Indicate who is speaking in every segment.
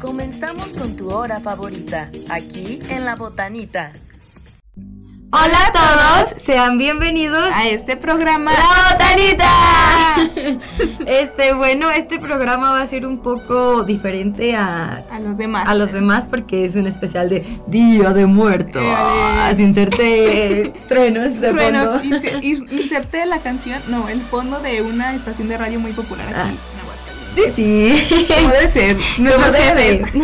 Speaker 1: Comenzamos con tu hora favorita, aquí en La Botanita.
Speaker 2: Hola a todos, sean bienvenidos
Speaker 3: a este programa
Speaker 2: La Botanita. Este, bueno, este programa va a ser un poco diferente a,
Speaker 3: a los demás.
Speaker 2: A los demás porque es un especial de Día de Muertos. Inserte truenos de
Speaker 3: Truenos,
Speaker 2: fondo.
Speaker 3: inse- ir- inserte la canción, no, el fondo de una estación de radio muy popular aquí.
Speaker 2: Ah.
Speaker 3: en Aguascalientes.
Speaker 2: Sí, sí.
Speaker 3: Puede ser,
Speaker 2: Como
Speaker 3: nuestros
Speaker 2: debe.
Speaker 3: jefes.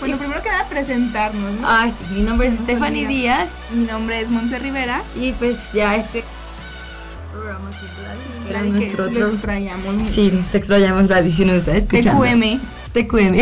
Speaker 3: Bueno, primero que nada, presentarnos. ¿no?
Speaker 2: Ay, sí, mi nombre es
Speaker 3: Se nos
Speaker 2: Stephanie
Speaker 3: olvida.
Speaker 2: Díaz
Speaker 3: Mi nombre es Monse Rivera.
Speaker 2: y pues ya este programa titular, que era
Speaker 3: Ay, que
Speaker 2: nuestro
Speaker 3: lo
Speaker 2: otro.
Speaker 3: extrañamos mucho.
Speaker 2: Sí, te extrañamos la edición, ¿estás escuchando?
Speaker 3: TQM.
Speaker 2: TQM.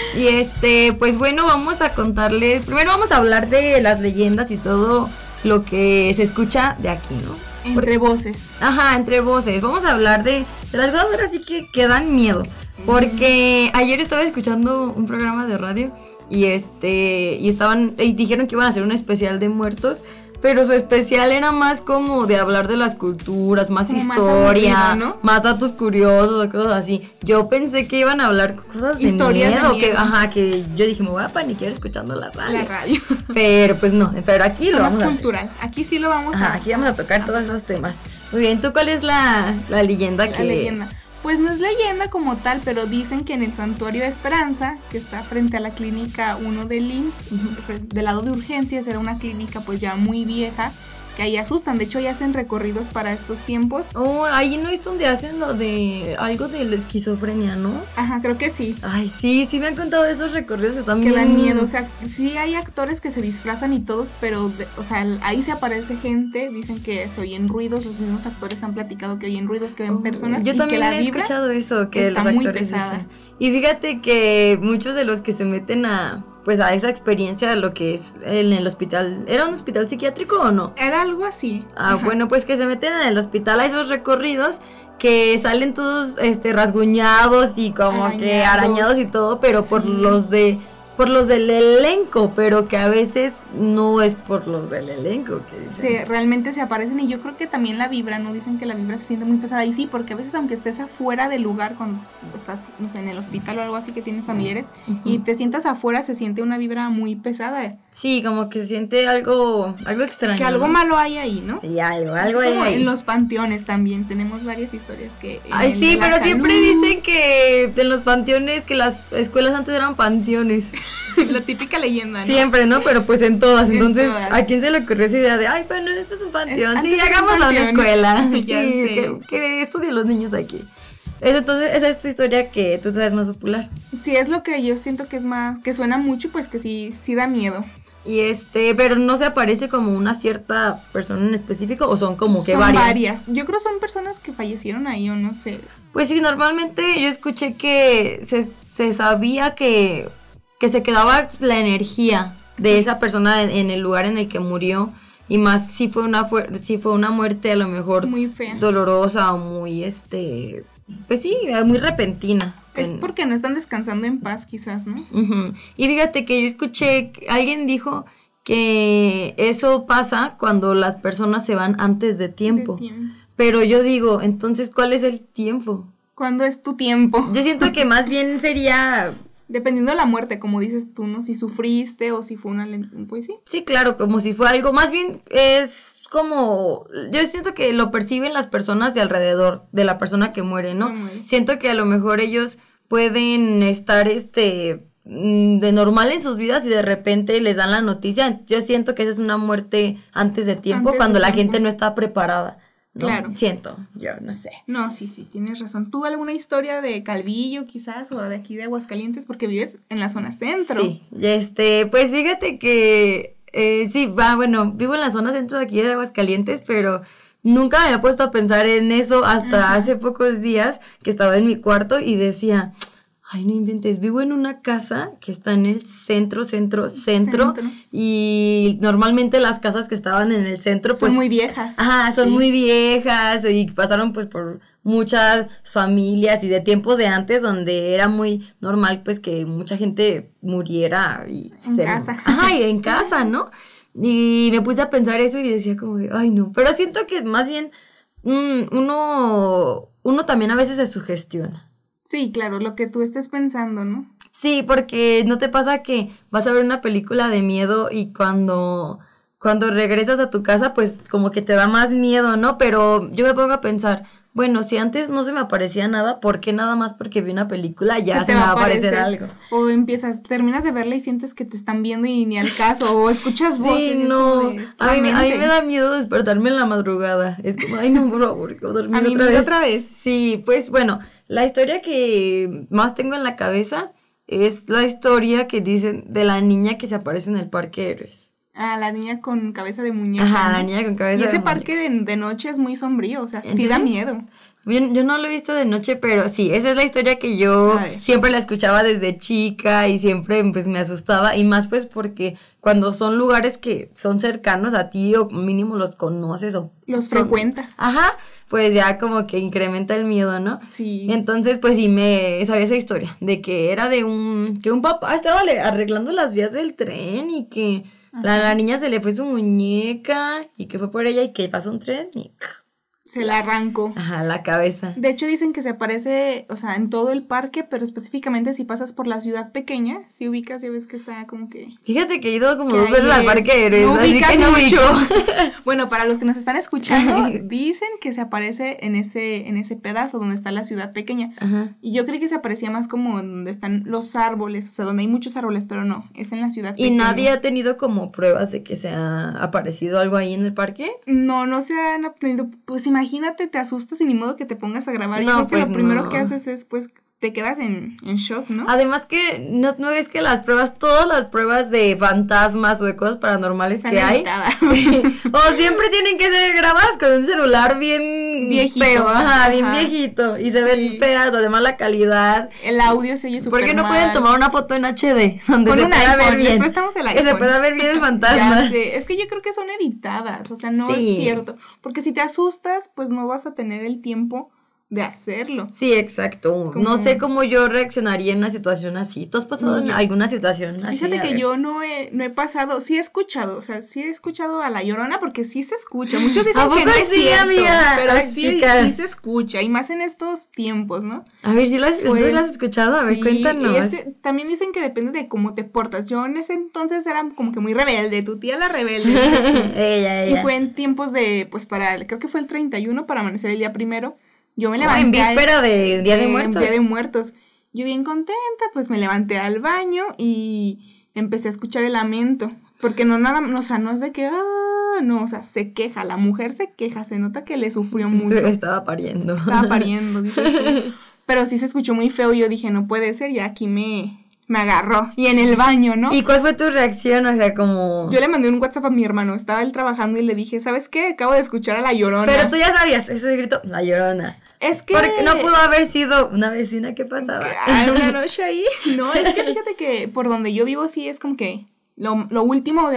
Speaker 2: y este, pues bueno, vamos a contarles. Primero vamos a hablar de las leyendas y todo lo que se escucha de aquí, ¿no?
Speaker 3: Entre voces.
Speaker 2: Ajá, entre voces. Vamos a hablar de, de las cosas ahora sí que, que dan miedo. Porque ayer estaba escuchando un programa de radio y este. Y estaban. Y dijeron que iban a hacer un especial de muertos. Pero su especial era más como de hablar de las culturas, más
Speaker 3: Como más
Speaker 2: historia, más,
Speaker 3: aburrido, ¿no?
Speaker 2: datos curiosos, cosas así. Yo pensé que iban a hablar cosas de
Speaker 3: Historias de
Speaker 2: miedo, que
Speaker 3: miedo.
Speaker 2: ajá, que yo dije, me voy a paniquear escuchando la radio.
Speaker 3: La radio.
Speaker 2: Pero pues no, pero aquí lo
Speaker 3: Más
Speaker 2: vamos a hacer.
Speaker 3: cultural. Aquí sí lo vamos
Speaker 2: Ajá,
Speaker 3: a
Speaker 2: aquí vamos a tocar todos esos temas. Muy bien, ¿tú cuál es la, la leyenda
Speaker 3: La
Speaker 2: que.?
Speaker 3: leyenda. Pues no es leyenda como tal, pero dicen que en el santuario de Esperanza, que está frente a la clínica 1 de LIMS, del lado de urgencias, era una clínica pues ya muy vieja, que ahí asustan. De hecho, ya hacen recorridos para estos tiempos.
Speaker 2: Oh, ahí no es donde hacen lo de. algo de la esquizofrenia, ¿no?
Speaker 3: Ajá, creo que sí.
Speaker 2: Ay, sí, sí me han contado de esos recorridos que
Speaker 3: Que
Speaker 2: también.
Speaker 3: dan miedo. O sea, sí hay actores que se disfrazan y todos, pero, de- o sea, el- ahí se aparece gente. Dicen que se oyen ruidos. Los mismos actores han platicado que oyen ruidos, que ven personas
Speaker 2: Oh, Yo
Speaker 3: y que
Speaker 2: también
Speaker 3: la
Speaker 2: he
Speaker 3: vibra.
Speaker 2: escuchado eso, que
Speaker 3: está
Speaker 2: los
Speaker 3: muy
Speaker 2: actores
Speaker 3: pesada.
Speaker 2: dicen. Y fíjate que muchos de los que se meten a. pues a esa experiencia, lo que es en el hospital. ¿Era un hospital psiquiátrico o no?
Speaker 3: Era algo así.
Speaker 2: Ah,
Speaker 3: Ajá.
Speaker 2: bueno, pues que se meten en el hospital a esos recorridos que salen todos este rasguñados y como que
Speaker 3: Arañados.
Speaker 2: arañados y todo, pero por
Speaker 3: Sí.
Speaker 2: los de por los del elenco, pero que a veces no es por los del elenco. Que
Speaker 3: se,
Speaker 2: dicen.
Speaker 3: realmente se aparecen y yo creo que también la vibra, ¿no? Dicen que la vibra se siente muy pesada y sí, porque a veces aunque estés afuera del lugar, cuando estás no sé, en el hospital o algo así que tienes familiares
Speaker 2: Ujú.
Speaker 3: y te sientas afuera, se siente una vibra muy pesada, eh,
Speaker 2: Sí, como que se siente algo algo extraño.
Speaker 3: que algo
Speaker 2: ¿no?
Speaker 3: malo hay ahí, ¿no?
Speaker 2: Sí, algo,
Speaker 3: Así
Speaker 2: algo
Speaker 3: como
Speaker 2: hay.
Speaker 3: En los panteones también tenemos varias historias que... en
Speaker 2: Ay,
Speaker 3: el
Speaker 2: sí,
Speaker 3: de la
Speaker 2: pero siempre
Speaker 3: salud,
Speaker 2: dicen que en los panteones, que las escuelas antes eran panteones.
Speaker 3: La típica leyenda, Ah, ¿no?
Speaker 2: Siempre, ¿no? Pero pues en todas.
Speaker 3: En
Speaker 2: Entonces,
Speaker 3: todas.
Speaker 2: ¿a quién se le ocurrió esa idea de, ay, bueno, esto es un panteón?
Speaker 3: Antes
Speaker 2: sí,
Speaker 3: era un
Speaker 2: hagámoslo una
Speaker 3: panteón.
Speaker 2: escuela. sí,
Speaker 3: Ya sé.
Speaker 2: que, que estudien los niños aquí. Es- entonces, esa es tu historia que tú sabes más popular.
Speaker 3: Sí, es lo que yo siento que es más, que suena mucho, pues que sí, sí da miedo.
Speaker 2: Y este, pero no se aparece como una cierta persona en específico o son como que
Speaker 3: Son
Speaker 2: varias.
Speaker 3: Yo creo son personas que fallecieron ahí o no sé.
Speaker 2: Pues sí, normalmente yo escuché que se, se sabía que, que se quedaba la energía de
Speaker 3: Sí.
Speaker 2: esa persona en, en el lugar en el que murió. Y más si fue una fuer- si fue una muerte a lo mejor
Speaker 3: Muy fea.
Speaker 2: dolorosa o muy este pues sí, muy repentina.
Speaker 3: Es
Speaker 2: En-
Speaker 3: porque no están descansando en paz, quizás, ¿no?
Speaker 2: Ujú. Y fíjate que yo escuché, que alguien dijo que eso pasa cuando las personas se van antes de tiempo.
Speaker 3: De tiempo.
Speaker 2: Pero yo digo, entonces, ¿cuál es el tiempo?
Speaker 3: ¿Cuándo es tu tiempo?
Speaker 2: Yo siento que más bien sería,
Speaker 3: Dependiendo de la muerte, como dices tú, ¿no? Si sufriste o si fue una... len- Pues sí.
Speaker 2: sí, claro, como si fuera algo, más bien es como, yo siento que lo perciben las personas de alrededor, de la persona que muere, ¿no?
Speaker 3: Que muere.
Speaker 2: Siento que a lo mejor ellos pueden estar, este, mm, de normal en sus vidas y de repente les dan la noticia. Yo siento que esa es una muerte antes de tiempo,
Speaker 3: Antes de
Speaker 2: cuando la
Speaker 3: tiempo.
Speaker 2: gente no está preparada. ¿no?
Speaker 3: Claro.
Speaker 2: Siento, yo no sé.
Speaker 3: No, sí, sí, tienes razón. ¿Tú alguna historia de Calvillo, quizás, o de aquí de Aguascalientes? Porque vives en la zona centro.
Speaker 2: Sí, y este, pues fíjate que eh, sí, va, bueno, vivo en la zona centro de aquí de Aguascalientes, pero nunca me había puesto a pensar en eso hasta
Speaker 3: Ajá.
Speaker 2: hace pocos días que estaba en mi cuarto y decía, ay, no inventes, vivo en una casa que está en el centro, centro, centro,
Speaker 3: Centro.
Speaker 2: y normalmente las casas que estaban en el centro,
Speaker 3: Son
Speaker 2: pues,
Speaker 3: muy viejas.
Speaker 2: Ajá, son
Speaker 3: Sí.
Speaker 2: muy viejas y pasaron pues por muchas familias y de tiempos de antes donde era muy normal pues que mucha gente muriera y
Speaker 3: En casa.
Speaker 2: Ajá, y en casa, ¿no? Y me puse a pensar eso y decía como de, ay no, pero siento que más bien mm, uno, uno también a veces se sugestiona.
Speaker 3: Sí, claro, lo que tú estés pensando, ¿no?
Speaker 2: Sí, porque no te pasa que vas a ver una película de miedo y cuando, cuando regresas a tu casa, pues como que te da más miedo, ¿no? Pero yo me pongo a pensar, bueno, si antes no se me aparecía nada, ¿por qué nada más porque vi una película ya se,
Speaker 3: te
Speaker 2: me va a aparecer algo?
Speaker 3: O empiezas, terminas de verla y sientes que te están viendo y ni al caso, o escuchas voces. y
Speaker 2: Sí,
Speaker 3: es
Speaker 2: no.
Speaker 3: como de, es
Speaker 2: A
Speaker 3: la
Speaker 2: mí, me- a mí
Speaker 3: mente.
Speaker 2: me da miedo despertarme en la madrugada. Es como, ay, no, por favor, quiero dormir
Speaker 3: A mí
Speaker 2: otra
Speaker 3: me-
Speaker 2: vez.
Speaker 3: otra vez.
Speaker 2: Sí, pues bueno, la historia que más tengo en la cabeza es la historia que dicen de la niña que se aparece en el parque de héroes.
Speaker 3: Ah, la niña con cabeza de muñeca.
Speaker 2: Ajá, la
Speaker 3: ¿no?
Speaker 2: niña con cabeza
Speaker 3: Y ese
Speaker 2: de
Speaker 3: parque de, de noche es muy sombrío, o sea,
Speaker 2: ¿En
Speaker 3: sí da
Speaker 2: serio?
Speaker 3: miedo.
Speaker 2: muñeca. Yo, yo no lo he visto de noche, pero sí, esa es la historia que yo
Speaker 3: A ver.
Speaker 2: siempre la escuchaba desde chica y siempre pues me asustaba y más pues porque cuando son lugares que son cercanos a ti o mínimo los conoces o
Speaker 3: Los
Speaker 2: son-
Speaker 3: frecuentas.
Speaker 2: Ajá, pues ya como que incrementa el miedo, ¿no?
Speaker 3: Sí.
Speaker 2: Entonces, pues sí me sabía esa historia de que era de un que un papá estaba le- arreglando las vías del tren y que la, la niña se le fue su muñeca y que fue por ella y que pasó un tren y
Speaker 3: Se la arrancó.
Speaker 2: ajá, la cabeza.
Speaker 3: De hecho, dicen que se aparece, o sea, en todo el parque, pero específicamente si pasas por la ciudad pequeña, si ubicas, ya ves que está como que.
Speaker 2: Fíjate que he ido como
Speaker 3: Que
Speaker 2: dos
Speaker 3: ahí
Speaker 2: veces al
Speaker 3: es.
Speaker 2: parque de héroes,
Speaker 3: No
Speaker 2: así
Speaker 3: ubicas
Speaker 2: que no
Speaker 3: mucho.
Speaker 2: ubico.
Speaker 3: Bueno, para los que nos están escuchando, dicen que se aparece en ese, en ese pedazo donde está la ciudad pequeña.
Speaker 2: Ajá.
Speaker 3: Y yo creí que se aparecía más como en donde están los árboles, o sea, donde hay muchos árboles, pero no, es en la ciudad
Speaker 2: Y
Speaker 3: pequeña.
Speaker 2: nadie ha tenido como pruebas de que se ha aparecido algo ahí en el parque.
Speaker 3: No, no se han obtenido. Pues imagínate, te asustas y ni modo que te pongas a grabar. Yo
Speaker 2: No,
Speaker 3: creo que lo
Speaker 2: pues,
Speaker 3: primero
Speaker 2: no.
Speaker 3: que haces es, pues, te quedas en, en shock, ¿no?
Speaker 2: Además que no, no ves que las pruebas, todas las pruebas de fantasmas o de cosas paranormales
Speaker 3: Están
Speaker 2: que hay,
Speaker 3: editadas.
Speaker 2: sí, o siempre tienen que ser grabadas con un celular bien
Speaker 3: Viejito.
Speaker 2: feo, ajá, bien
Speaker 3: Ajá.
Speaker 2: viejito, y se
Speaker 3: Sí.
Speaker 2: ven feas, además la calidad.
Speaker 3: El audio se oye súper
Speaker 2: ¿Por qué no
Speaker 3: mal.
Speaker 2: pueden tomar una foto en HD donde
Speaker 3: Pon
Speaker 2: se
Speaker 3: un
Speaker 2: pueda
Speaker 3: iPhone,
Speaker 2: ver bien?
Speaker 3: les prestamos el
Speaker 2: Que se
Speaker 3: iPhone.
Speaker 2: pueda ver bien el
Speaker 3: Ya
Speaker 2: fantasma.
Speaker 3: sé, Es que yo creo que son editadas, o sea, no
Speaker 2: Sí.
Speaker 3: es cierto. Porque si te asustas, pues no vas a tener el tiempo de hacerlo.
Speaker 2: Sí, exacto.
Speaker 3: Es como-
Speaker 2: No sé cómo yo reaccionaría en una situación así. ¿Tú has pasado
Speaker 3: Ni
Speaker 2: en
Speaker 3: yo.
Speaker 2: alguna situación así?
Speaker 3: Fíjate
Speaker 2: A
Speaker 3: que
Speaker 2: ver.
Speaker 3: yo no he, no he pasado, sí he escuchado, o sea, sí he escuchado a la llorona porque sí se escucha. Muchos dicen
Speaker 2: ¿A
Speaker 3: que no
Speaker 2: poco
Speaker 3: es
Speaker 2: sí,
Speaker 3: cierto,
Speaker 2: amiga?
Speaker 3: pero
Speaker 2: Ay,
Speaker 3: sí,
Speaker 2: chica.
Speaker 3: sí se escucha, y más en estos tiempos, ¿no?
Speaker 2: A ver, si las,
Speaker 3: Fue-
Speaker 2: entonces las has escuchado? A ver,
Speaker 3: Sí,
Speaker 2: cuéntanos.
Speaker 3: y este- también dicen que depende de cómo te portas. Yo en ese entonces era como que muy rebelde, tu tía la rebelde. dices tú.
Speaker 2: ella,
Speaker 3: y
Speaker 2: ella.
Speaker 3: fue en tiempos de, pues para, el- creo que fue el 31 para amanecer el día primero. Yo me
Speaker 2: No,
Speaker 3: levanté.
Speaker 2: en víspera de Día de
Speaker 3: en
Speaker 2: Muertos.
Speaker 3: Em, Día de Muertos. Yo bien contenta, pues me levanté al baño y empecé a escuchar el lamento. Porque no nada, no, o sea, no es de que, ah, no, o sea, se queja, la mujer se queja, se nota que le sufrió mucho.
Speaker 2: Estu- Estaba pariendo.
Speaker 3: Estaba pariendo, dices tú. Pero sí se escuchó muy feo y yo dije, no puede ser, ya aquí me, me agarró. Y en el baño, ¿no?
Speaker 2: ¿Y cuál fue tu reacción? O sea, como...
Speaker 3: Yo le mandé un WhatsApp a mi hermano, estaba él trabajando y le dije, ¿sabes qué? Acabo de escuchar a la llorona.
Speaker 2: Pero tú ya sabías, ese grito, la llorona.
Speaker 3: Es que...
Speaker 2: Porque no pudo haber sido una vecina que pasaba.
Speaker 3: que hay una noche ahí. No, es que fíjate que por donde yo vivo sí es como que lo, lo último de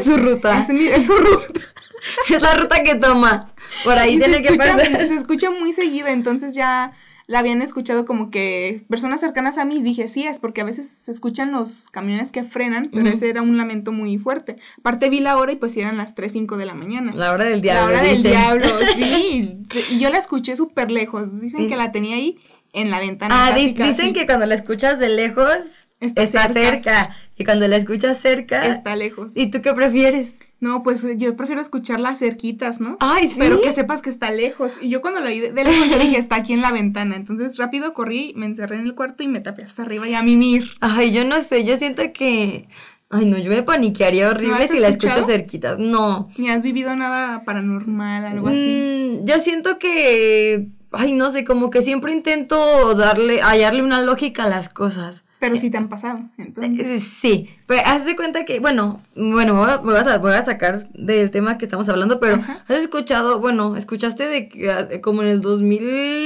Speaker 2: Es su ruta.
Speaker 3: Es, mi- es su ruta.
Speaker 2: es la ruta que toma. Por ahí
Speaker 3: Y se,
Speaker 2: tiene que
Speaker 3: escucha,
Speaker 2: pasar.
Speaker 3: se escucha muy seguido, entonces ya la habían escuchado como que personas cercanas a mí. Dije, sí, es porque a veces se escuchan los camiones que frenan, pero
Speaker 2: Ujú.
Speaker 3: ese era un lamento muy fuerte. Aparte vi la hora y pues sí eran las 3, 5 de la mañana.
Speaker 2: La hora del diablo.
Speaker 3: la hora del
Speaker 2: dicen.
Speaker 3: diablo, sí. Y yo la escuché súper lejos. Dicen
Speaker 2: Sí.
Speaker 3: que la tenía ahí en la ventana.
Speaker 2: Ah,
Speaker 3: casi,
Speaker 2: di- dicen
Speaker 3: casi.
Speaker 2: que cuando la escuchas de lejos,
Speaker 3: Está
Speaker 2: está,
Speaker 3: cerca,
Speaker 2: cerca. Y cuando la escuchas cerca...
Speaker 3: está lejos.
Speaker 2: ¿Y tú qué prefieres?
Speaker 3: No, pues eh, yo prefiero escucharlas cerquitas, ¿no?
Speaker 2: Ay, Ah, sí.
Speaker 3: Pero que sepas que está lejos. Y yo cuando lo oí de de lejos, yo dije, está aquí en la ventana. Entonces rápido corrí, me encerré en el cuarto y me tapé hasta arriba y a mimir.
Speaker 2: Ay, yo no sé, yo siento que... Ay, no, yo me paniquearía
Speaker 3: ¿No
Speaker 2: horrible
Speaker 3: has
Speaker 2: si la escucho
Speaker 3: escuchado?
Speaker 2: cerquitas. No.
Speaker 3: Ni has vivido nada paranormal, algo así.
Speaker 2: Mm, yo siento que... Ay, no sé, como que siempre intento darle, hallarle una lógica a las cosas.
Speaker 3: Pero sí te han pasado. Entonces,
Speaker 2: Eh, Sí, pero haz de cuenta que, bueno, bueno, me voy a, me vas a- voy a sacar del tema que estamos hablando, pero
Speaker 3: Ajá.
Speaker 2: has escuchado, bueno, escuchaste de que ah, como en el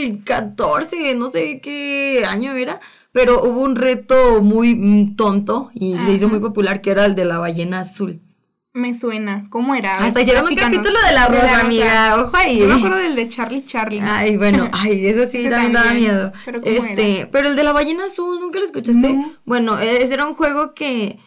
Speaker 2: 2014, no sé qué año era, pero hubo un reto muy mm, tonto y se hizo
Speaker 3: Ajá.
Speaker 2: muy popular que era el de la ballena azul.
Speaker 3: me suena. ¿Cómo era? A ver,
Speaker 2: Hasta hicieron un
Speaker 3: platícanos.
Speaker 2: capítulo de la rosa, amiga, ojo ahí.
Speaker 3: Yo me acuerdo del de Charlie Charlie.
Speaker 2: Ay, bueno, ay, eso sí
Speaker 3: Ese
Speaker 2: también daba
Speaker 3: también.
Speaker 2: miedo.
Speaker 3: Pero ¿cómo
Speaker 2: este, pero el de la ballena azul, ¿nunca lo escuchaste?
Speaker 3: No.
Speaker 2: Bueno, e, ese era un juego que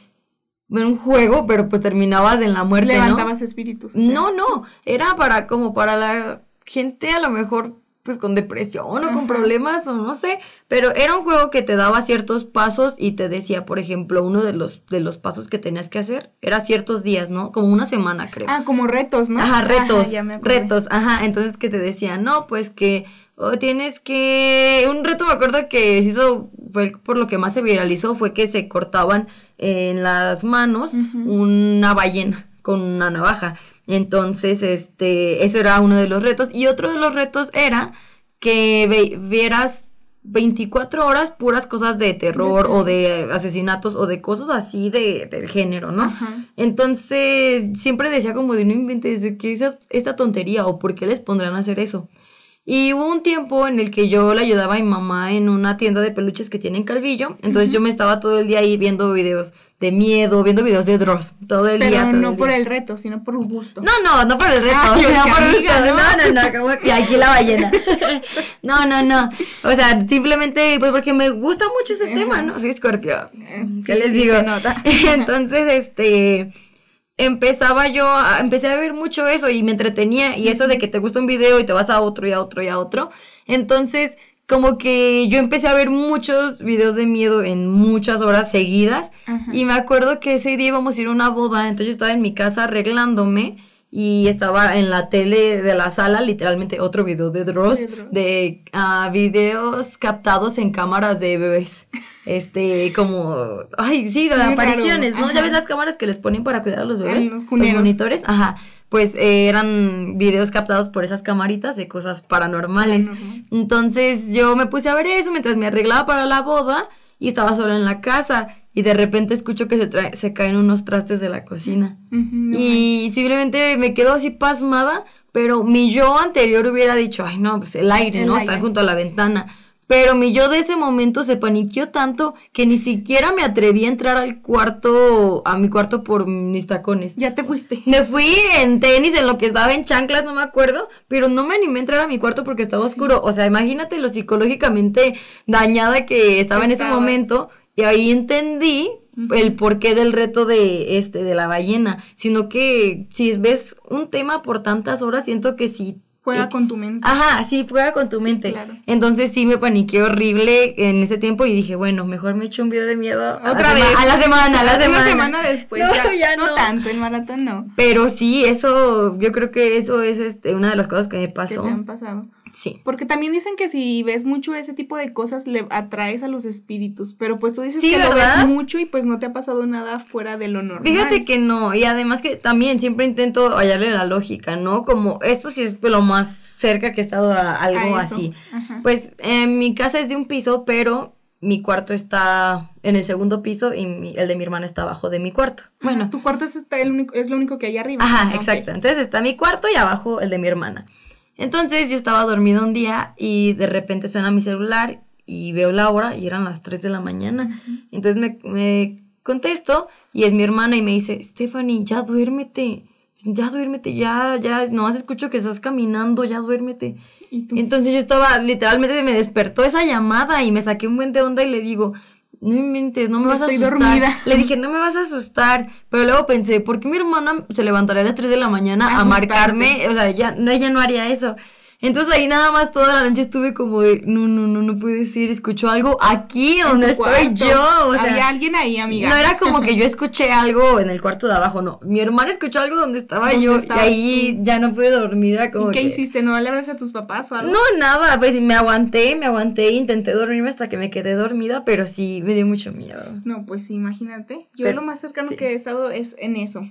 Speaker 2: era un juego, pero pues terminabas en la muerte, ¿no?
Speaker 3: Levantabas espíritus. o sea.
Speaker 2: No, no, era para como para la gente a lo mejor pues con depresión o
Speaker 3: Ajá.
Speaker 2: con problemas o no sé, pero era un juego que te daba ciertos pasos y te decía, por ejemplo, uno de los, de los pasos que tenías que hacer era ciertos días, ¿no? Como una semana, creo.
Speaker 3: Ah, como retos, ¿no?
Speaker 2: Ajá, retos,
Speaker 3: ya me acordé.
Speaker 2: retos, ajá, entonces que te decían, no, pues que oh, tienes que, un reto me acuerdo que se hizo, fue el- por lo que más se viralizó, fue que se cortaban en las manos
Speaker 3: Ujú.
Speaker 2: una ballena con una navaja, entonces, este, eso era uno de los retos, y otro de los retos era que ve- vieras 24 horas puras cosas de terror o de asesinatos o de cosas así de, del género, ¿no?
Speaker 3: Ajá.
Speaker 2: Entonces, siempre decía como de no inventes, de ¿qué es es- esta tontería? ¿O por qué les pondrán a hacer eso? Y hubo un tiempo en el que yo le ayudaba a mi mamá en una tienda de peluches que tiene en Calvillo. Entonces yo me estaba todo el día ahí viendo videos de miedo, viendo videos de Dross. Todo el
Speaker 3: Pero
Speaker 2: día. todo
Speaker 3: no
Speaker 2: el
Speaker 3: por
Speaker 2: día.
Speaker 3: el reto, sino por gusto.
Speaker 2: No, no, no por el reto.
Speaker 3: Ay,
Speaker 2: sino
Speaker 3: qué
Speaker 2: por el
Speaker 3: amiga,
Speaker 2: gusto.
Speaker 3: ¿no?
Speaker 2: no, no, no, como que aquí la ballena. No, no, no. O sea, simplemente, pues porque me gusta mucho ese
Speaker 3: Ajá.
Speaker 2: tema, ¿no? Soy escorpio.
Speaker 3: Eh,
Speaker 2: ¿Qué
Speaker 3: sí,
Speaker 2: les
Speaker 3: sí,
Speaker 2: digo?
Speaker 3: se nota.
Speaker 2: Entonces, este, empezaba yo, a- empecé a ver mucho eso y me entretenía y eso de que te gusta un video y te vas a otro y a otro y a otro. Entonces, como que yo empecé a ver muchos videos de miedo en muchas horas seguidas
Speaker 3: Ajá.
Speaker 2: y me acuerdo que ese día íbamos a ir a una boda, entonces yo estaba en mi casa arreglándome. Y estaba en la tele de la sala, literalmente otro video de Dross,
Speaker 3: De Dross.
Speaker 2: de ah, videos captados en cámaras de bebés. Este, como, ay, sí, de
Speaker 3: Muy
Speaker 2: apariciones,
Speaker 3: raro,
Speaker 2: ¿no? Ya
Speaker 3: ajá.
Speaker 2: ves las cámaras que les ponen para cuidar a los bebés,
Speaker 3: los
Speaker 2: los
Speaker 3: cuneros.
Speaker 2: monitores, ajá. Pues eh, eran videos captados por esas camaritas de cosas paranormales.
Speaker 3: Normal.
Speaker 2: Entonces yo me puse a ver eso mientras me arreglaba para la boda y estaba sola en la casa y de repente escucho que se, trae- se caen unos trastes de la cocina.
Speaker 3: Ujú, no
Speaker 2: Y simplemente me quedo así pasmada, pero mi yo anterior hubiera dicho, ay no, pues el aire,
Speaker 3: El
Speaker 2: ¿no?
Speaker 3: aire.
Speaker 2: Está junto a la ventana. Pero mi yo de ese momento se paniqueó tanto que ni siquiera me atreví a entrar al cuarto, a mi cuarto por mis tacones.
Speaker 3: Ya te fuiste.
Speaker 2: Me fui en tenis, en lo que estaba en chanclas, no me acuerdo, pero no me animé a entrar a mi cuarto porque estaba oscuro. O sea, imagínate lo psicológicamente dañada que estaba en ese
Speaker 3: Estabas.
Speaker 2: momento. Y ahí entendí el porqué del reto de este de la ballena. Sino que si ves un tema por tantas horas, siento que sí.
Speaker 3: Juega
Speaker 2: eh,
Speaker 3: con tu mente.
Speaker 2: Ajá, sí, juega con tu
Speaker 3: Sí,
Speaker 2: mente.
Speaker 3: claro.
Speaker 2: Entonces sí me paniqué horrible en ese tiempo y dije, bueno, mejor me echo un video de miedo. a la
Speaker 3: Otra
Speaker 2: sema-
Speaker 3: vez.
Speaker 2: Ah, A la semana, a la semana.
Speaker 3: Una semana después.
Speaker 2: No,
Speaker 3: ya,
Speaker 2: ya
Speaker 3: no
Speaker 2: no.
Speaker 3: tanto, el maratón no.
Speaker 2: Pero sí, eso, yo creo que eso es este, una de las cosas que me
Speaker 3: que
Speaker 2: pasó.
Speaker 3: te han pasado.
Speaker 2: Sí.
Speaker 3: Porque también dicen que si ves mucho ese tipo de cosas, le atraes a los espíritus. Pero pues tú dices
Speaker 2: Sí,
Speaker 3: que lo
Speaker 2: ¿verdad?
Speaker 3: ves mucho y pues no te ha pasado nada fuera de lo normal.
Speaker 2: Fíjate que no, y además que también siempre intento hallarle la lógica, ¿no? Como esto sí es lo más cerca que he estado a
Speaker 3: A
Speaker 2: algo
Speaker 3: eso.
Speaker 2: así.
Speaker 3: Ajá.
Speaker 2: Pues eh, mi casa es de un piso, pero mi cuarto está en el segundo piso y mi- el de mi hermana está abajo de mi cuarto. Bueno,
Speaker 3: Tu cuarto es, está el único, es lo único que hay arriba.
Speaker 2: Ajá,
Speaker 3: Ah, ok.
Speaker 2: exacto. Entonces está mi cuarto y abajo el de mi hermana. Entonces yo estaba dormida un día y de repente suena mi celular y veo la hora y eran las 3 de la mañana. Entonces me, me contesto y es mi hermana y me dice, Stephanie, ya duérmete, ya duérmete, ya, ya, nomás escucho que estás caminando, ya duérmete.
Speaker 3: Y tú,
Speaker 2: Entonces yo estaba, literalmente me despertó esa llamada y me saqué un buen de onda y le digo, no me mentes, no me
Speaker 3: Ya
Speaker 2: vas a
Speaker 3: estoy
Speaker 2: asustar.
Speaker 3: dormida.
Speaker 2: Le dije, no me vas a asustar. Pero luego pensé, ¿por qué mi hermana se levantaría a las 3 de la mañana a
Speaker 3: Asustarte.
Speaker 2: marcarme? O sea, ya, no, ella no haría eso. Entonces ahí nada más toda la noche estuve como de, no, no, no, no puede ser, escucho algo aquí
Speaker 3: en tu
Speaker 2: donde estoy
Speaker 3: cuarto.
Speaker 2: yo. O sea,
Speaker 3: Había alguien ahí, amiga.
Speaker 2: no era como que yo escuché algo en el cuarto de abajo, no. Mi hermana escuchó algo donde estaba
Speaker 3: ¿Dónde
Speaker 2: yo y
Speaker 3: estabas
Speaker 2: ahí ya no pude dormir. Era como
Speaker 3: ¿Y qué
Speaker 2: que-
Speaker 3: hiciste? ¿No le hablaste a tus papás o algo?
Speaker 2: no, nada, pues me aguanté, me aguanté, intenté dormirme hasta que me quedé dormida, pero sí me dio mucho miedo
Speaker 3: No, pues imagínate. Yo
Speaker 2: Pero-
Speaker 3: lo más cercano
Speaker 2: sí.
Speaker 3: que he estado es en eso.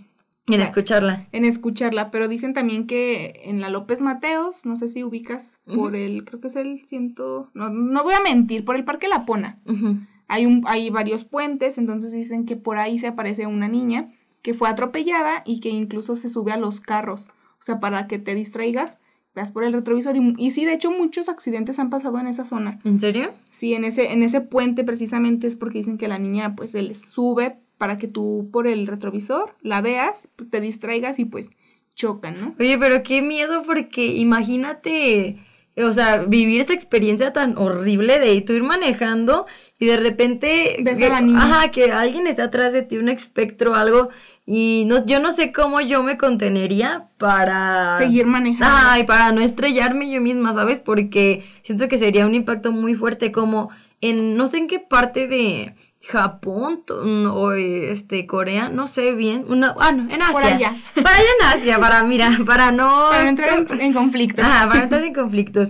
Speaker 2: en
Speaker 3: sea,
Speaker 2: escucharla.
Speaker 3: en escucharla, pero dicen también que en la López Mateos, no sé si ubicas, por el, creo que es el ciento, no, no voy a mentir, por el Parque Lapona,
Speaker 2: Ujú.
Speaker 3: hay, un, hay varios puentes, entonces dicen que por ahí se aparece una niña que fue atropellada y que incluso se sube a los carros, o sea, para que te distraigas, vas por el retrovisor y, y sí, de hecho muchos accidentes han pasado en esa zona.
Speaker 2: ¿En serio?
Speaker 3: Sí, en ese, en ese puente precisamente es porque dicen que la niña pues se le sube para que tú por el retrovisor la veas, te distraigas y pues chocan, ¿no?
Speaker 2: Oye, pero qué miedo porque imagínate, o sea, vivir esa experiencia tan horrible de tú ir manejando y de repente
Speaker 3: Ves a
Speaker 2: que-
Speaker 3: la niña.
Speaker 2: ajá, que alguien está atrás de ti, un espectro o algo Y no, yo no sé cómo yo me contenería para...
Speaker 3: Seguir manejando.
Speaker 2: Ay, para no estrellarme yo misma, ¿sabes? Porque siento que sería un impacto muy fuerte como en no sé en qué parte de Japón to- mm, o este Corea, no sé bien, una, ah, no, en Asia.
Speaker 3: Por allá.
Speaker 2: Para allá en Asia, para mira, para no
Speaker 3: Para no entrar en, en conflicto.
Speaker 2: Ajá, para no entrar en conflictos.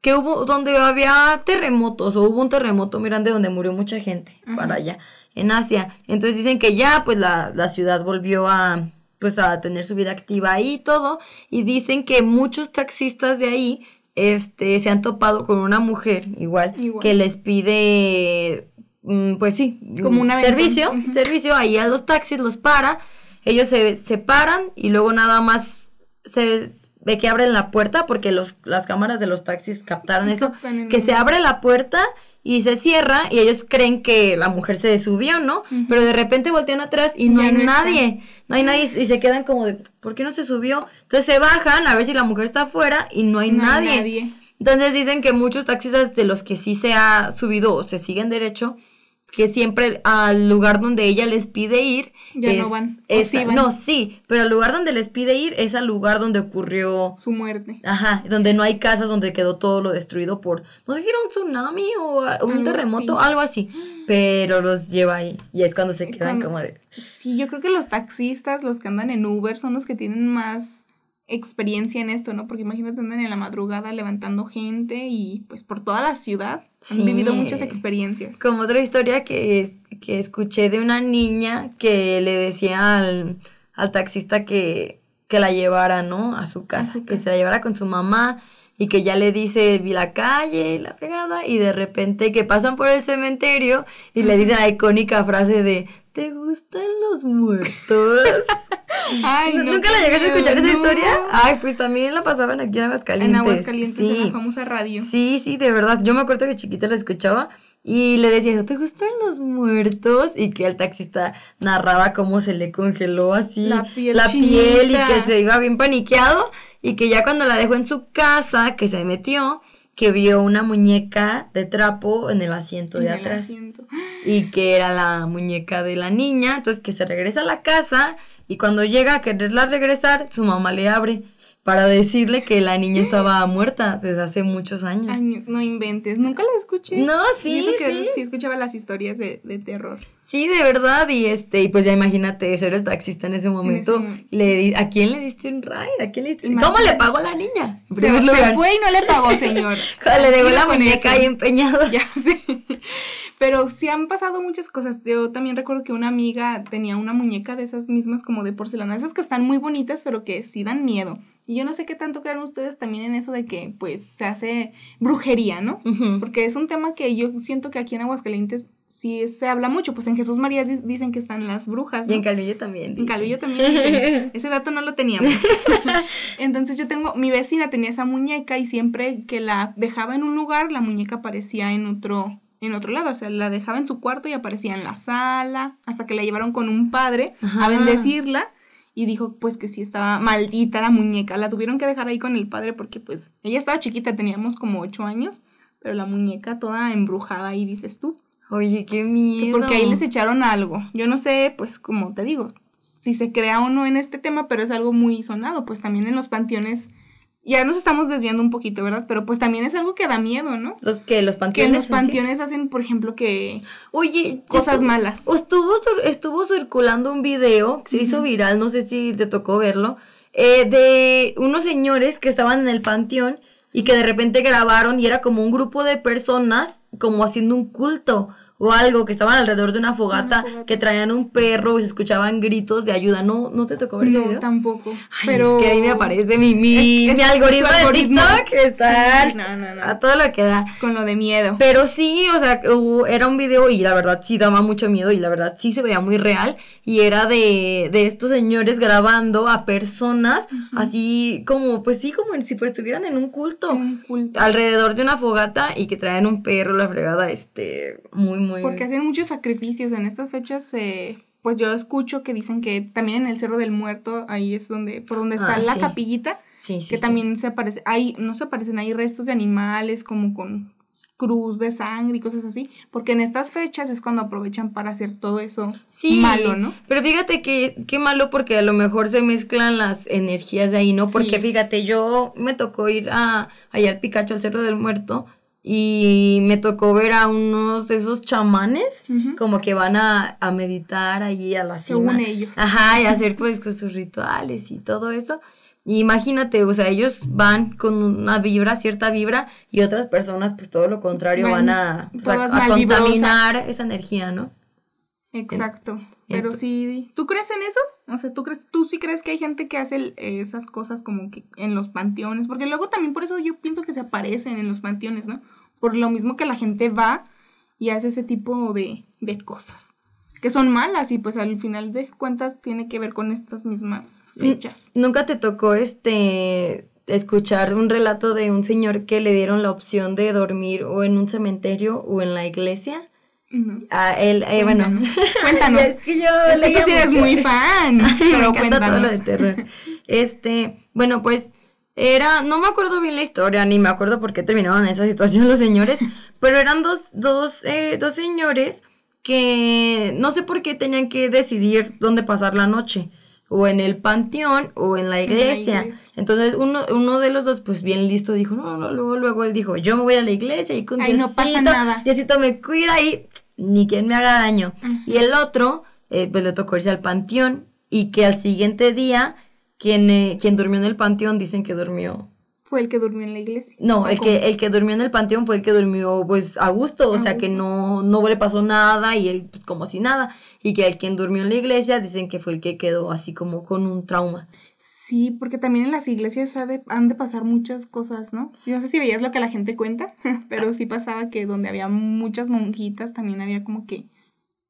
Speaker 2: Que hubo donde había terremotos o hubo un terremoto muy grande donde murió mucha gente
Speaker 3: Ajá.
Speaker 2: para allá en Asia. Entonces dicen que ya pues la, la ciudad volvió a pues a tener su vida activa ahí y todo y dicen que muchos taxistas de ahí este se han topado con una mujer igual,
Speaker 3: Igual.
Speaker 2: que les pide mm, pues sí,
Speaker 3: Como un
Speaker 2: un
Speaker 3: aventón.
Speaker 2: servicio,
Speaker 3: Ujú.
Speaker 2: servicio ahí a los taxis los para, ellos se separan y luego nada más se ve que abren la puerta porque los, las cámaras de los taxis captaron eso,
Speaker 3: Captan el
Speaker 2: que se
Speaker 3: momento.
Speaker 2: abre la puerta y se cierra y ellos creen que la mujer se subió, ¿no?
Speaker 3: Ujú.
Speaker 2: Pero de repente voltean atrás y
Speaker 3: Y
Speaker 2: no
Speaker 3: ya
Speaker 2: hay
Speaker 3: no está.
Speaker 2: nadie, no hay nadie y se quedan como de, ¿por qué no se subió? Entonces se bajan a ver si la mujer está afuera y no hay
Speaker 3: No hay
Speaker 2: nadie. Entonces dicen que muchos taxistas de los que sí se ha subido o se siguen derecho, que siempre al lugar donde ella les pide ir,
Speaker 3: Ya no van, o
Speaker 2: es-
Speaker 3: sí van.
Speaker 2: No, sí, pero al lugar donde les pide ir es al lugar donde ocurrió,
Speaker 3: Su muerte.
Speaker 2: ajá, donde no hay casas, donde quedó todo lo destruido por, no sé si era un tsunami o a- un
Speaker 3: Algo
Speaker 2: terremoto,
Speaker 3: así.
Speaker 2: algo así, pero los lleva ahí y es cuando se quedan
Speaker 3: Cuando-
Speaker 2: como de...
Speaker 3: Sí, yo creo que los taxistas, los que andan en Uber, son los que tienen más experiencia en esto, ¿no? Porque imagínate andan en la madrugada levantando gente y pues por toda la ciudad
Speaker 2: Sí.
Speaker 3: han vivido muchas experiencias.
Speaker 2: Como otra historia que, es- que escuché de una niña que le decía al, al taxista que, que la llevara, ¿no? A su casa,
Speaker 3: su
Speaker 2: que se
Speaker 3: casa.
Speaker 2: la llevara con su mamá y que ya le dice, vi la calle y la fregada y de repente que pasan por el cementerio y le dicen la icónica frase de, ¿te gustan los muertos?
Speaker 3: Ay,
Speaker 2: ¿Nu-
Speaker 3: no,
Speaker 2: ¿Nunca
Speaker 3: qué
Speaker 2: la llegaste a
Speaker 3: miedo,
Speaker 2: escuchar esa
Speaker 3: no.
Speaker 2: historia? Ay, pues también la pasaban aquí en Aguascalientes.
Speaker 3: En Aguascalientes, en
Speaker 2: Sí.
Speaker 3: la famosa radio.
Speaker 2: Sí, sí, de verdad. Yo me acuerdo que chiquita la escuchaba y le decía, eso, ¿te gustan los muertos? Y que el taxista narraba cómo se le congeló así
Speaker 3: La piel
Speaker 2: piel y
Speaker 3: chinita.
Speaker 2: que se iba bien paniqueado y que ya cuando la dejó en su casa, que se metió, que vio una muñeca de trapo en el asiento de
Speaker 3: En el
Speaker 2: atrás
Speaker 3: asiento.
Speaker 2: y que era la muñeca de la niña, entonces que se regresa a la casa y cuando llega a quererla regresar, su mamá le abre para decirle que la niña estaba muerta desde hace muchos años.
Speaker 3: Ay, no- no inventes, nunca la escuché.
Speaker 2: No,
Speaker 3: Y
Speaker 2: sí,
Speaker 3: eso que
Speaker 2: sí,
Speaker 3: sí escuchaba las historias de, de terror.
Speaker 2: sí, de verdad, y este, y pues ya imagínate ser el taxista en ese momento,
Speaker 3: momento.
Speaker 2: le di- ¿a quién le diste un ride? ¿A quién le diste? ¿Cómo
Speaker 3: Imagínate.
Speaker 2: le pagó a la niña? En
Speaker 3: Se,
Speaker 2: primer
Speaker 3: se
Speaker 2: lugar,
Speaker 3: fue y no le pagó, señor.
Speaker 2: le dejó
Speaker 3: Tranquilo
Speaker 2: la
Speaker 3: con
Speaker 2: muñeca
Speaker 3: eso.
Speaker 2: ahí empeñada.
Speaker 3: Ya sé. Pero sí han pasado muchas cosas. Yo también recuerdo que una amiga tenía una muñeca de esas mismas como de porcelana, esas que están muy bonitas pero que sí dan miedo. Y yo no sé qué tanto crean ustedes también en eso de que pues se hace brujería, ¿no?
Speaker 2: Ujú.
Speaker 3: Porque es un tema que yo siento que aquí en Aguascalientes sí se habla mucho. Pues en Jesús María di- dicen que están las brujas.
Speaker 2: Y
Speaker 3: ¿no?
Speaker 2: en Calvillo también.
Speaker 3: En
Speaker 2: dice.
Speaker 3: Calvillo también. dicen. Ese dato no lo teníamos. Entonces yo tengo, mi vecina tenía esa muñeca y siempre que la dejaba en un lugar, la muñeca aparecía en otro, en otro lado. O sea, la dejaba en su cuarto y aparecía en la sala, hasta que la llevaron con un padre
Speaker 2: Ajá.
Speaker 3: a bendecirla. Y dijo pues que sí estaba maldita la muñeca. La tuvieron que dejar ahí con el padre porque pues ella estaba chiquita, teníamos como ocho años, pero la muñeca toda embrujada ahí dices tú.
Speaker 2: Oye, qué
Speaker 3: Que
Speaker 2: miedo.
Speaker 3: Porque ahí les echaron algo. Yo no sé, pues, como te digo, si se crea o no en este tema, pero es algo muy sonado. Pues también en los panteones, ya nos estamos desviando un poquito, ¿verdad? Pero pues también es algo que da miedo, ¿no?
Speaker 2: Los que los
Speaker 3: Que en
Speaker 2: panteones.
Speaker 3: los
Speaker 2: en sí?
Speaker 3: panteones hacen, por ejemplo, que
Speaker 2: Oye,
Speaker 3: cosas
Speaker 2: estu-
Speaker 3: malas.
Speaker 2: Estuvo, cir- estuvo circulando un video, que se hizo
Speaker 3: Ujú.
Speaker 2: viral, no sé si te tocó verlo, eh, de unos señores que estaban en el panteón y que de repente grabaron y era como un grupo de personas como haciendo un culto o algo, que estaban alrededor de una fogata,
Speaker 3: fogata.
Speaker 2: que traían un perro y se escuchaban gritos de ayuda. ¿No, no te tocó ver ese
Speaker 3: No,
Speaker 2: video?
Speaker 3: tampoco.
Speaker 2: Ay,
Speaker 3: pero
Speaker 2: Es que ahí me aparece mi, mi,
Speaker 3: Es-
Speaker 2: mi
Speaker 3: es
Speaker 2: algoritmo
Speaker 3: tu
Speaker 2: de
Speaker 3: algoritmo.
Speaker 2: TikTok, está
Speaker 3: Sí, no, no, no.
Speaker 2: a todo lo que da.
Speaker 3: Con lo de miedo.
Speaker 2: Pero sí, o sea, hubo- era un video y la verdad sí daba mucho miedo y la verdad sí se veía muy real. Y era de, de estos señores grabando a personas así como, pues sí, como si pues, estuvieran en un culto.
Speaker 3: Un culto.
Speaker 2: Alrededor de una fogata y que traen un perro, la fregada, este, muy, muy...
Speaker 3: Porque hacen muchos sacrificios. En estas fechas, eh, pues yo escucho que dicen que también en el Cerro del Muerto, ahí es donde, por donde está
Speaker 2: Ah,
Speaker 3: la
Speaker 2: sí.
Speaker 3: capillita.
Speaker 2: sí, sí,
Speaker 3: que
Speaker 2: sí.
Speaker 3: también se aparece, hay, no se aparecen, hay restos de animales como con cruz de sangre y cosas así, porque en estas fechas es cuando aprovechan para hacer todo eso
Speaker 2: Sí,
Speaker 3: malo, ¿no?
Speaker 2: Pero fíjate que qué malo porque a lo mejor se mezclan las energías de ahí, ¿no? Porque
Speaker 3: Sí.
Speaker 2: fíjate, yo me tocó ir a allá al Pikachu, al Cerro del Muerto, y me tocó ver a unos de esos chamanes
Speaker 3: Ujú.
Speaker 2: como que van a, a meditar allí a la cima.
Speaker 3: Según ellos.
Speaker 2: Ajá, y hacer pues con sus rituales y todo eso. Y Imagínate, o sea, ellos van con una vibra, cierta vibra, y otras personas, pues todo lo contrario,
Speaker 3: Van
Speaker 2: van, a, o sea,
Speaker 3: todas
Speaker 2: a
Speaker 3: malvibrosas.
Speaker 2: contaminar esa energía, ¿no?
Speaker 3: Exacto. Pero
Speaker 2: ento-
Speaker 3: sí, ¿tú crees en eso? O sea, ¿tú, crees, tú sí crees que hay gente que hace el- eh, esas cosas como que en los panteones, porque luego también por eso yo pienso que se aparecen en los panteones, ¿no? Por lo mismo que la gente va y hace ese tipo de, de cosas, que son malas y pues al final de cuentas tiene que ver con estas mismas fechas.
Speaker 2: ¿Nunca te tocó este escuchar un relato de un señor que le dieron la opción de dormir o en un cementerio o en la iglesia?
Speaker 3: No.
Speaker 2: Ah, él, eh, bueno.
Speaker 3: Cuéntanos.
Speaker 2: Es que yo
Speaker 3: Es que
Speaker 2: leía
Speaker 3: tú sí eres
Speaker 2: mucho.
Speaker 3: muy fan,
Speaker 2: me
Speaker 3: pero
Speaker 2: encanta todo lo
Speaker 3: cuéntanos.
Speaker 2: de terror. Este, bueno, pues era, no me acuerdo bien la historia, ni me acuerdo por qué terminaron en esa situación los señores, pero eran dos, dos, eh, dos señores que no sé por qué tenían que decidir dónde pasar la noche, o en el panteón o en la
Speaker 3: la
Speaker 2: iglesia.
Speaker 3: iglesia.
Speaker 2: Entonces uno, uno de los dos, pues bien listo, dijo, no, no, luego, luego él dijo, yo me voy a la iglesia y con
Speaker 3: Ahí no pasa
Speaker 2: Diosito,
Speaker 3: nada.
Speaker 2: Diosito me cuida y ni quien me haga daño.
Speaker 3: Ajá.
Speaker 2: Y el otro, eh, pues le tocó irse al panteón y que al siguiente día, quien, eh, quien durmió en el panteón, dicen que durmió.
Speaker 3: Fue el que durmió en la iglesia.
Speaker 2: No,
Speaker 3: ¿O
Speaker 2: el
Speaker 3: cómo?
Speaker 2: que, el que durmió en el panteón fue el que durmió pues a gusto, o
Speaker 3: A
Speaker 2: sea que
Speaker 3: gusto.
Speaker 2: no, no le pasó nada y él pues, como si nada. Y que el quien durmió en la iglesia dicen que fue el que quedó así como con un trauma.
Speaker 3: Sí, porque también en las iglesias ha de- han de pasar muchas cosas, ¿no? Yo no sé si veías lo que la gente cuenta, pero sí pasaba que donde había muchas monjitas también había como que,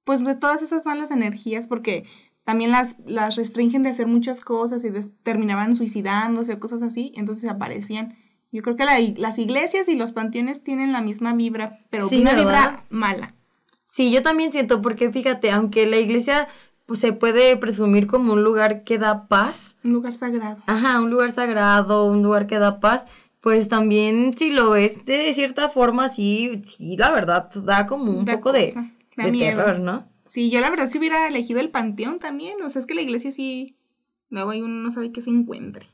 Speaker 3: pues de todas esas malas energías, porque también las, las restringen de hacer muchas cosas y des- terminaban suicidándose o cosas así, entonces aparecían. Yo creo que la ig- las iglesias y los panteones tienen la misma vibra, pero
Speaker 2: Sí,
Speaker 3: una
Speaker 2: ¿verdad?
Speaker 3: vibra mala.
Speaker 2: Sí, yo también siento, porque fíjate, aunque la iglesia pues, se puede presumir como un lugar que da paz,
Speaker 3: Un lugar sagrado.
Speaker 2: Ajá, un lugar sagrado, un lugar que da paz, pues también si lo es de cierta forma, sí, sí, la verdad, pues, da como un
Speaker 3: Da
Speaker 2: poco de,
Speaker 3: cosa, da
Speaker 2: de
Speaker 3: miedo.
Speaker 2: terror, ¿no?
Speaker 3: Sí, yo la verdad si hubiera elegido el panteón también. O sea, es que la iglesia sí. Luego ahí uno no sabe qué se encuentre.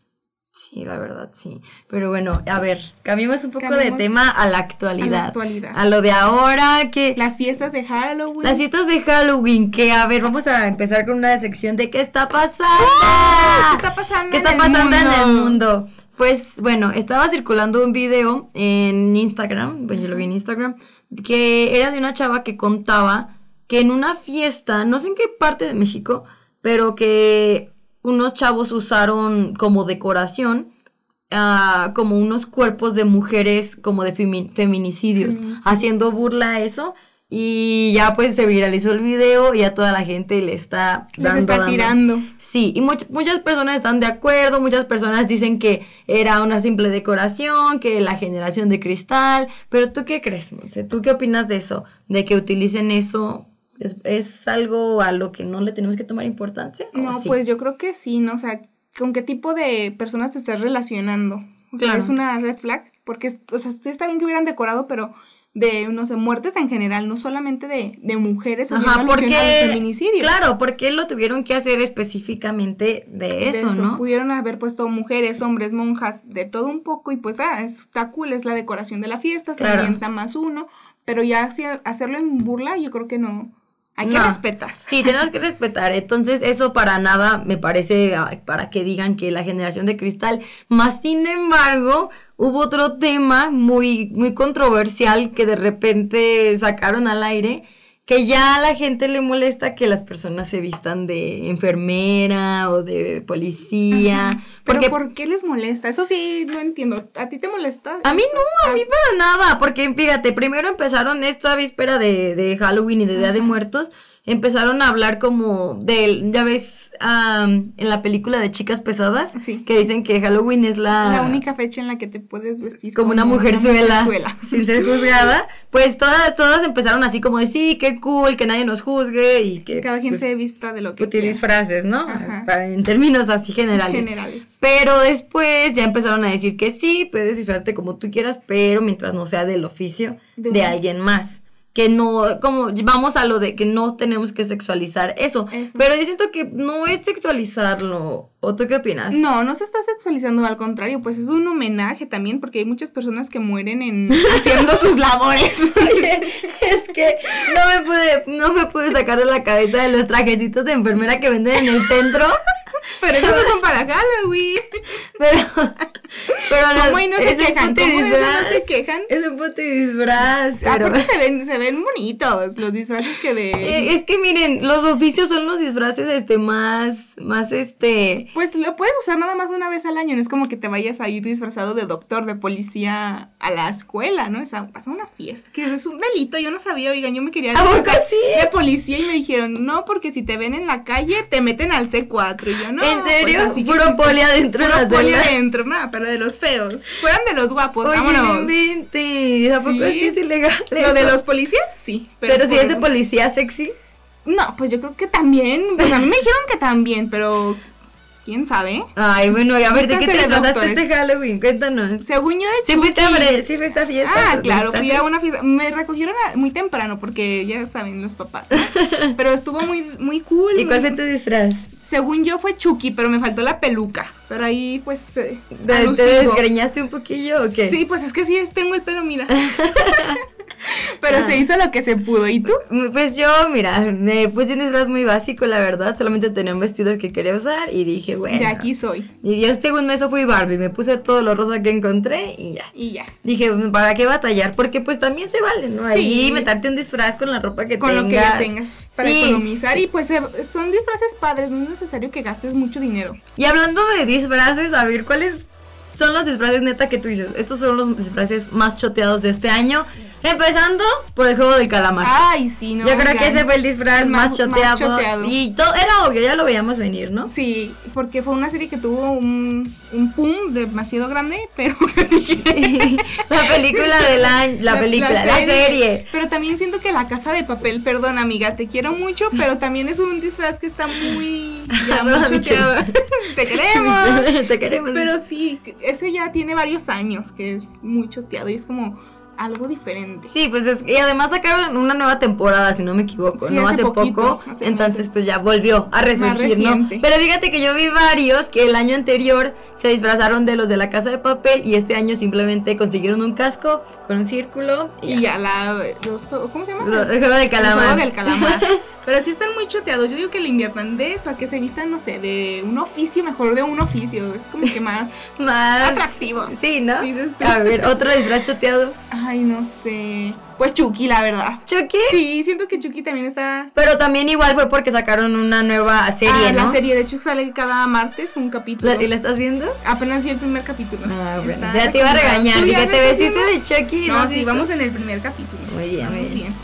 Speaker 2: Sí, la verdad, sí. Pero bueno, a ver, cambiemos un poco
Speaker 3: Cambiemos
Speaker 2: de tema a la
Speaker 3: En la
Speaker 2: actualidad.
Speaker 3: actualidad.
Speaker 2: A lo de ahora, que
Speaker 3: Las fiestas de Halloween.
Speaker 2: las fiestas de Halloween, que a ver, vamos a empezar con una sección de qué está pasando.
Speaker 3: ¿Qué está pasando,
Speaker 2: ¡Ah! ¿Qué
Speaker 3: en
Speaker 2: está
Speaker 3: el
Speaker 2: pasando
Speaker 3: mundo?
Speaker 2: en el mundo? Pues bueno, estaba circulando un video en Instagram, bueno, yo lo vi en Instagram, que era de una chava que contaba que en una fiesta, no sé en qué parte de México, pero que unos chavos usaron como decoración ah, como unos cuerpos de mujeres como de femi- feminicidios,
Speaker 3: Feminicidios.
Speaker 2: haciendo burla a eso. Y ya pues se viralizó el video y a toda la gente le está
Speaker 3: Les
Speaker 2: dando,
Speaker 3: está
Speaker 2: dando.
Speaker 3: tirando.
Speaker 2: Sí, y much- muchas personas están de acuerdo, muchas personas dicen que era una simple decoración, que la generación de cristal, pero ¿tú qué crees, Monse? ¿Tú qué opinas de eso? ¿De que utilicen eso? ¿Es, es algo a lo que no le tenemos que tomar importancia? ¿O
Speaker 3: No,
Speaker 2: Oh, sí?
Speaker 3: pues yo creo que sí, ¿no? O sea, ¿con qué tipo de personas te estás relacionando? O sea,
Speaker 2: Claro.
Speaker 3: es una red flag. Porque, es- o sea, sí está bien que hubieran decorado, pero de, no sé, muertes en general, no solamente de, de mujeres haciendo
Speaker 2: Ajá,
Speaker 3: alusión a los
Speaker 2: porque,
Speaker 3: feminicidios.
Speaker 2: claro, porque lo tuvieron que hacer específicamente de
Speaker 3: de pues,
Speaker 2: eso, ¿no?
Speaker 3: Pudieron haber puesto mujeres, hombres, monjas, de todo un poco, y pues ah, está cool, es la decoración de la fiesta, se
Speaker 2: Claro.
Speaker 3: ambienta más uno, pero ya hacia- hacerlo en burla, yo creo que no. Hay que
Speaker 2: No.
Speaker 3: respetar.
Speaker 2: Sí, tenemos que respetar. Entonces, eso para nada me parece ah, para que digan que la generación de cristal. Más sin embargo, hubo otro tema muy, muy controversial que de repente sacaron al aire. Que ya a la gente le molesta que las personas se vistan de enfermera o de policía.
Speaker 3: Pero
Speaker 2: porque
Speaker 3: ¿por qué les molesta? Eso sí, no entiendo. ¿A ti te molesta?
Speaker 2: a mí no, a mí para nada, porque fíjate, primero empezaron esta víspera de, de Halloween y de Día de Muertos, empezaron a hablar como del, ya ves, am, en la película de Chicas Pesadas,
Speaker 3: Sí.
Speaker 2: que dicen que Halloween es la,
Speaker 3: Ah, La única fecha en la que te puedes vestir
Speaker 2: como una mujerzuela,
Speaker 3: mujerzuela.
Speaker 2: sin ser juzgada, pues todas, todas empezaron así como de sí, qué ser cool, que nadie nos juzgue y que
Speaker 3: Cada quien
Speaker 2: pues,
Speaker 3: se vista de lo que
Speaker 2: utilice
Speaker 3: quiera.
Speaker 2: frases, ¿no?
Speaker 3: Ajá.
Speaker 2: Para- en términos así generales.
Speaker 3: generales.
Speaker 2: Pero después ya empezaron a decir que sí, puedes disfrazarte como tú quieras, pero mientras no sea del oficio
Speaker 3: De
Speaker 2: de,
Speaker 3: un-
Speaker 2: alguien más. Que no, como vamos a lo de que no tenemos que sexualizar eso.
Speaker 3: Eso.
Speaker 2: Pero yo siento que no es sexualizarlo. ¿O tú qué opinas?
Speaker 3: No, no se está sexualizando, al contrario, pues es un homenaje también, porque hay muchas personas que mueren en haciendo sus labores.
Speaker 2: es que no me pude, no me pude sacar de la cabeza de los trajecitos de enfermera que venden en el centro.
Speaker 3: Pero esos no son para Halloween.
Speaker 2: Pero, pero
Speaker 3: ¿Cómo
Speaker 2: las-
Speaker 3: ahí no se
Speaker 2: ese
Speaker 3: quejan?
Speaker 2: puti
Speaker 3: ¿Cómo ahí no
Speaker 2: disfraz-
Speaker 3: se quejan?
Speaker 2: Ese puti disfraz. pero-
Speaker 3: Aparte se ven, se ven bonitos los disfraces que de...
Speaker 2: Eh, es que miren, los oficios son los disfraces este más, más este.
Speaker 3: Pues lo puedes usar nada más una vez al año, no es como que te vayas a ir disfrazado de doctor, de policía a la escuela, ¿no? Es a, es a una fiesta, que es un delito, yo no sabía, oigan, yo me quería
Speaker 2: ¿A poco
Speaker 3: disfrazar
Speaker 2: sí?
Speaker 3: de policía y me dijeron, no, porque si te ven en la calle te meten al C4 y yo no.
Speaker 2: ¿En serio?
Speaker 3: pues, así que
Speaker 2: Puro
Speaker 3: existe-
Speaker 2: poli adentro de
Speaker 3: Puro
Speaker 2: la
Speaker 3: poli
Speaker 2: celda.
Speaker 3: adentro, no, pero de los feos, fueran de los guapos,
Speaker 2: Oye, no
Speaker 3: vámonos.
Speaker 2: inventes, ¿A poco
Speaker 3: Sí.
Speaker 2: sí es ilegal?
Speaker 3: Lo de
Speaker 2: eso?
Speaker 3: los policías, sí.
Speaker 2: Pero, si es de
Speaker 3: por-
Speaker 2: policía sexy.
Speaker 3: No, pues yo creo que también. Pues a mí me dijeron que también, pero quién sabe.
Speaker 2: Ay, bueno, y a ver, ¿de qué
Speaker 3: Nunca se
Speaker 2: te
Speaker 3: les
Speaker 2: disfrazaste
Speaker 3: doctores.
Speaker 2: este Halloween? Cuéntanos.
Speaker 3: Según yo, de
Speaker 2: Sí fuiste a,
Speaker 3: Chucky.
Speaker 2: fre- sí fuiste a fiesta.
Speaker 3: Ah,
Speaker 2: ¿no?
Speaker 3: claro, fui
Speaker 2: ¿Estás-
Speaker 3: a una fiesta. Me recogieron a- muy temprano porque ya saben los papás. ¿no? Pero estuvo muy, muy cool.
Speaker 2: ¿Y cuál
Speaker 3: muy-
Speaker 2: fue tu disfraz?
Speaker 3: Según yo fue Chucky, pero me faltó la peluca. Pero ahí pues. eh,
Speaker 2: ¿Te, te
Speaker 3: alusivo.
Speaker 2: desgreñaste un poquillo o qué?
Speaker 3: Sí, pues es que sí es- tengo el pelo, mira. pero
Speaker 2: Ah.
Speaker 3: se hizo lo que se pudo. ¿Y tú?
Speaker 2: Mm, Pues yo, mira, me puse un disfraz muy básico, la verdad. Solamente tenía un vestido que quería usar y dije, bueno.
Speaker 3: De aquí soy.
Speaker 2: Y yo según eso fui Barbie, me puse todo lo rosa que encontré y ya.
Speaker 3: Y ya.
Speaker 2: Dije, ¿para qué batallar? Porque pues también se vale, ¿no?
Speaker 3: Sí.
Speaker 2: Ahí meterte un disfraz con la ropa que
Speaker 3: con
Speaker 2: tengas.
Speaker 3: lo que ya tengas para
Speaker 2: Sí.
Speaker 3: economizar y pues eh, son disfraces padres, no es necesario que gastes mucho dinero.
Speaker 2: Y hablando de disfraces, a ver, ¿cuáles son los disfraces neta que tú dices? Estos son los disfraces más choteados de este año. Empezando por el juego del calamar.
Speaker 3: Ay, sí, Ah, no.
Speaker 2: Yo creo que
Speaker 3: oigan.
Speaker 2: ese fue el disfraz
Speaker 3: Más-
Speaker 2: más,
Speaker 3: más
Speaker 2: choteado.
Speaker 3: choteado.
Speaker 2: Y todo era obvio, ya lo veíamos venir, ¿no?
Speaker 3: Sí, porque fue una serie que tuvo un, un pum demasiado grande, pero la,
Speaker 2: la película del año, la, película, la serie.
Speaker 3: Pero también siento que la casa de papel, perdón amiga, te quiero mucho, pero también es un disfraz que está muy, ya muy
Speaker 2: Perdón,
Speaker 3: choteado. te queremos.
Speaker 2: Te queremos.
Speaker 3: Pero sí, ese ya tiene varios años que es muy choteado y es como algo diferente.
Speaker 2: Sí, pues es, y además sacaron una nueva temporada, si no me equivoco,
Speaker 3: Sí,
Speaker 2: ¿no? Hace
Speaker 3: hace poquito,
Speaker 2: poco,
Speaker 3: hace meses.
Speaker 2: entonces pues ya volvió a resurgir, ¿no?
Speaker 3: reciente.
Speaker 2: Pero fíjate que yo vi varios que el año anterior se disfrazaron de los de la casa de papel y este año simplemente consiguieron un casco con un círculo
Speaker 3: Y
Speaker 2: y,
Speaker 3: ya la. los- ¿Cómo se llama?
Speaker 2: Lo- el juego del
Speaker 3: El
Speaker 2: calamar.
Speaker 3: juego del calamar. Pero sí están muy choteados. Yo digo que le inviertan de eso, a que se vistan, no sé, de un oficio, mejor de un oficio. Es como que más
Speaker 2: Más...
Speaker 3: atractivo.
Speaker 2: Sí, ¿no?
Speaker 3: Dices tú.
Speaker 2: A ver, otro disfraz choteado.
Speaker 3: Ay, no sé. Pues Chucky, la verdad.
Speaker 2: ¿Chucky?
Speaker 3: Sí, siento que Chucky también está.
Speaker 2: Pero también igual fue porque sacaron una nueva serie,
Speaker 3: Ah,
Speaker 2: ¿no?
Speaker 3: La serie, de hecho, sale cada martes un capítulo.
Speaker 2: ¿La- ¿Y la está haciendo?
Speaker 3: Apenas vi el primer capítulo.
Speaker 2: Ah, bueno.
Speaker 3: Está
Speaker 2: Ya te iba a
Speaker 3: recomendado.
Speaker 2: regañar.
Speaker 3: ¿Tú ya
Speaker 2: Dije,
Speaker 3: ves
Speaker 2: te
Speaker 3: así,
Speaker 2: vestiste
Speaker 3: no?
Speaker 2: de Chucky.
Speaker 3: No,
Speaker 2: has
Speaker 3: sí,
Speaker 2: visto?
Speaker 3: vamos en el primer capítulo.
Speaker 2: Muy bien, muy
Speaker 3: Vamos
Speaker 2: bien.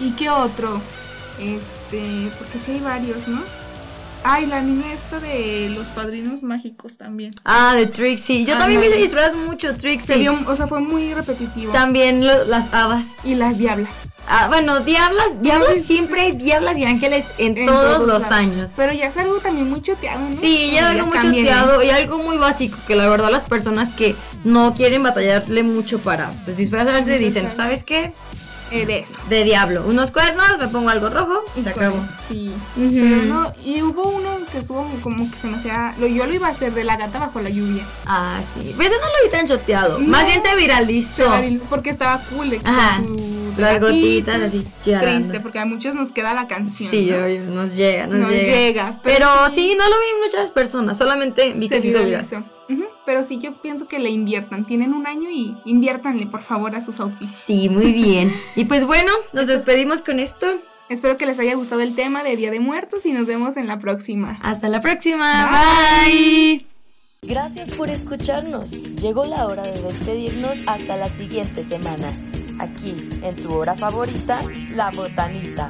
Speaker 3: bien. ¿Y qué otro? Este, porque sí hay varios, ¿no? Ay, la niña esta de los padrinos mágicos también.
Speaker 2: Ah, de Trixie. Yo también me
Speaker 3: Ándale.
Speaker 2: disfraz mucho
Speaker 3: Se
Speaker 2: Trixie.
Speaker 3: vio, o sea, fue muy repetitivo.
Speaker 2: También lo- las habas.
Speaker 3: y las diablas.
Speaker 2: Ah, bueno, diablas,
Speaker 3: sí.
Speaker 2: diablas siempre hay diablas y ángeles en,
Speaker 3: en
Speaker 2: todos, los
Speaker 3: lados.
Speaker 2: años.
Speaker 3: Pero ya es algo también muy choteado, ¿no?
Speaker 2: Sí, ya algo muy
Speaker 3: cambié.
Speaker 2: choteado y algo muy básico que la verdad las personas que no quieren batallarle mucho para pues, disfrazarse dicen,
Speaker 3: Disfrazarse.
Speaker 2: ¿sabes qué?
Speaker 3: Eh, de eso.
Speaker 2: De diablo, unos cuernos, me pongo algo rojo y se
Speaker 3: con
Speaker 2: acabó.
Speaker 3: eso, Sí.
Speaker 2: Ujú.
Speaker 3: Pero no, y hubo uno que estuvo como que se me hacía. lo- Yo lo iba a hacer de la gata bajo la lluvia.
Speaker 2: Ah, sí. Pues eso no lo vi tan choteado.
Speaker 3: No.
Speaker 2: Más bien se
Speaker 3: Se
Speaker 2: viralizó.
Speaker 3: viralizó Porque estaba cool. de-
Speaker 2: Ajá.
Speaker 3: con tu
Speaker 2: Las
Speaker 3: gatito.
Speaker 2: gotitas así.
Speaker 3: Triste,
Speaker 2: llorando.
Speaker 3: porque a muchos nos queda la canción.
Speaker 2: Sí,
Speaker 3: ¿no?
Speaker 2: obvio, nos llega, nos,
Speaker 3: Nos
Speaker 2: llega.
Speaker 3: llega.
Speaker 2: Pero sí, no lo vi muchas personas, solamente vi que sí se viralizó.
Speaker 3: viralizó. Ujú, Pero sí, yo pienso que le inviertan. Tienen un año y inviértanle, por favor, a sus outfits.
Speaker 2: Sí, muy bien. Y pues bueno, nos despedimos con esto.
Speaker 3: Espero que les haya gustado el tema de Día de Muertos y nos vemos en la próxima.
Speaker 2: Hasta la próxima. Bye.
Speaker 1: Gracias por escucharnos. Llegó la hora de despedirnos hasta la siguiente semana. Aquí, en tu hora favorita, La Botanita.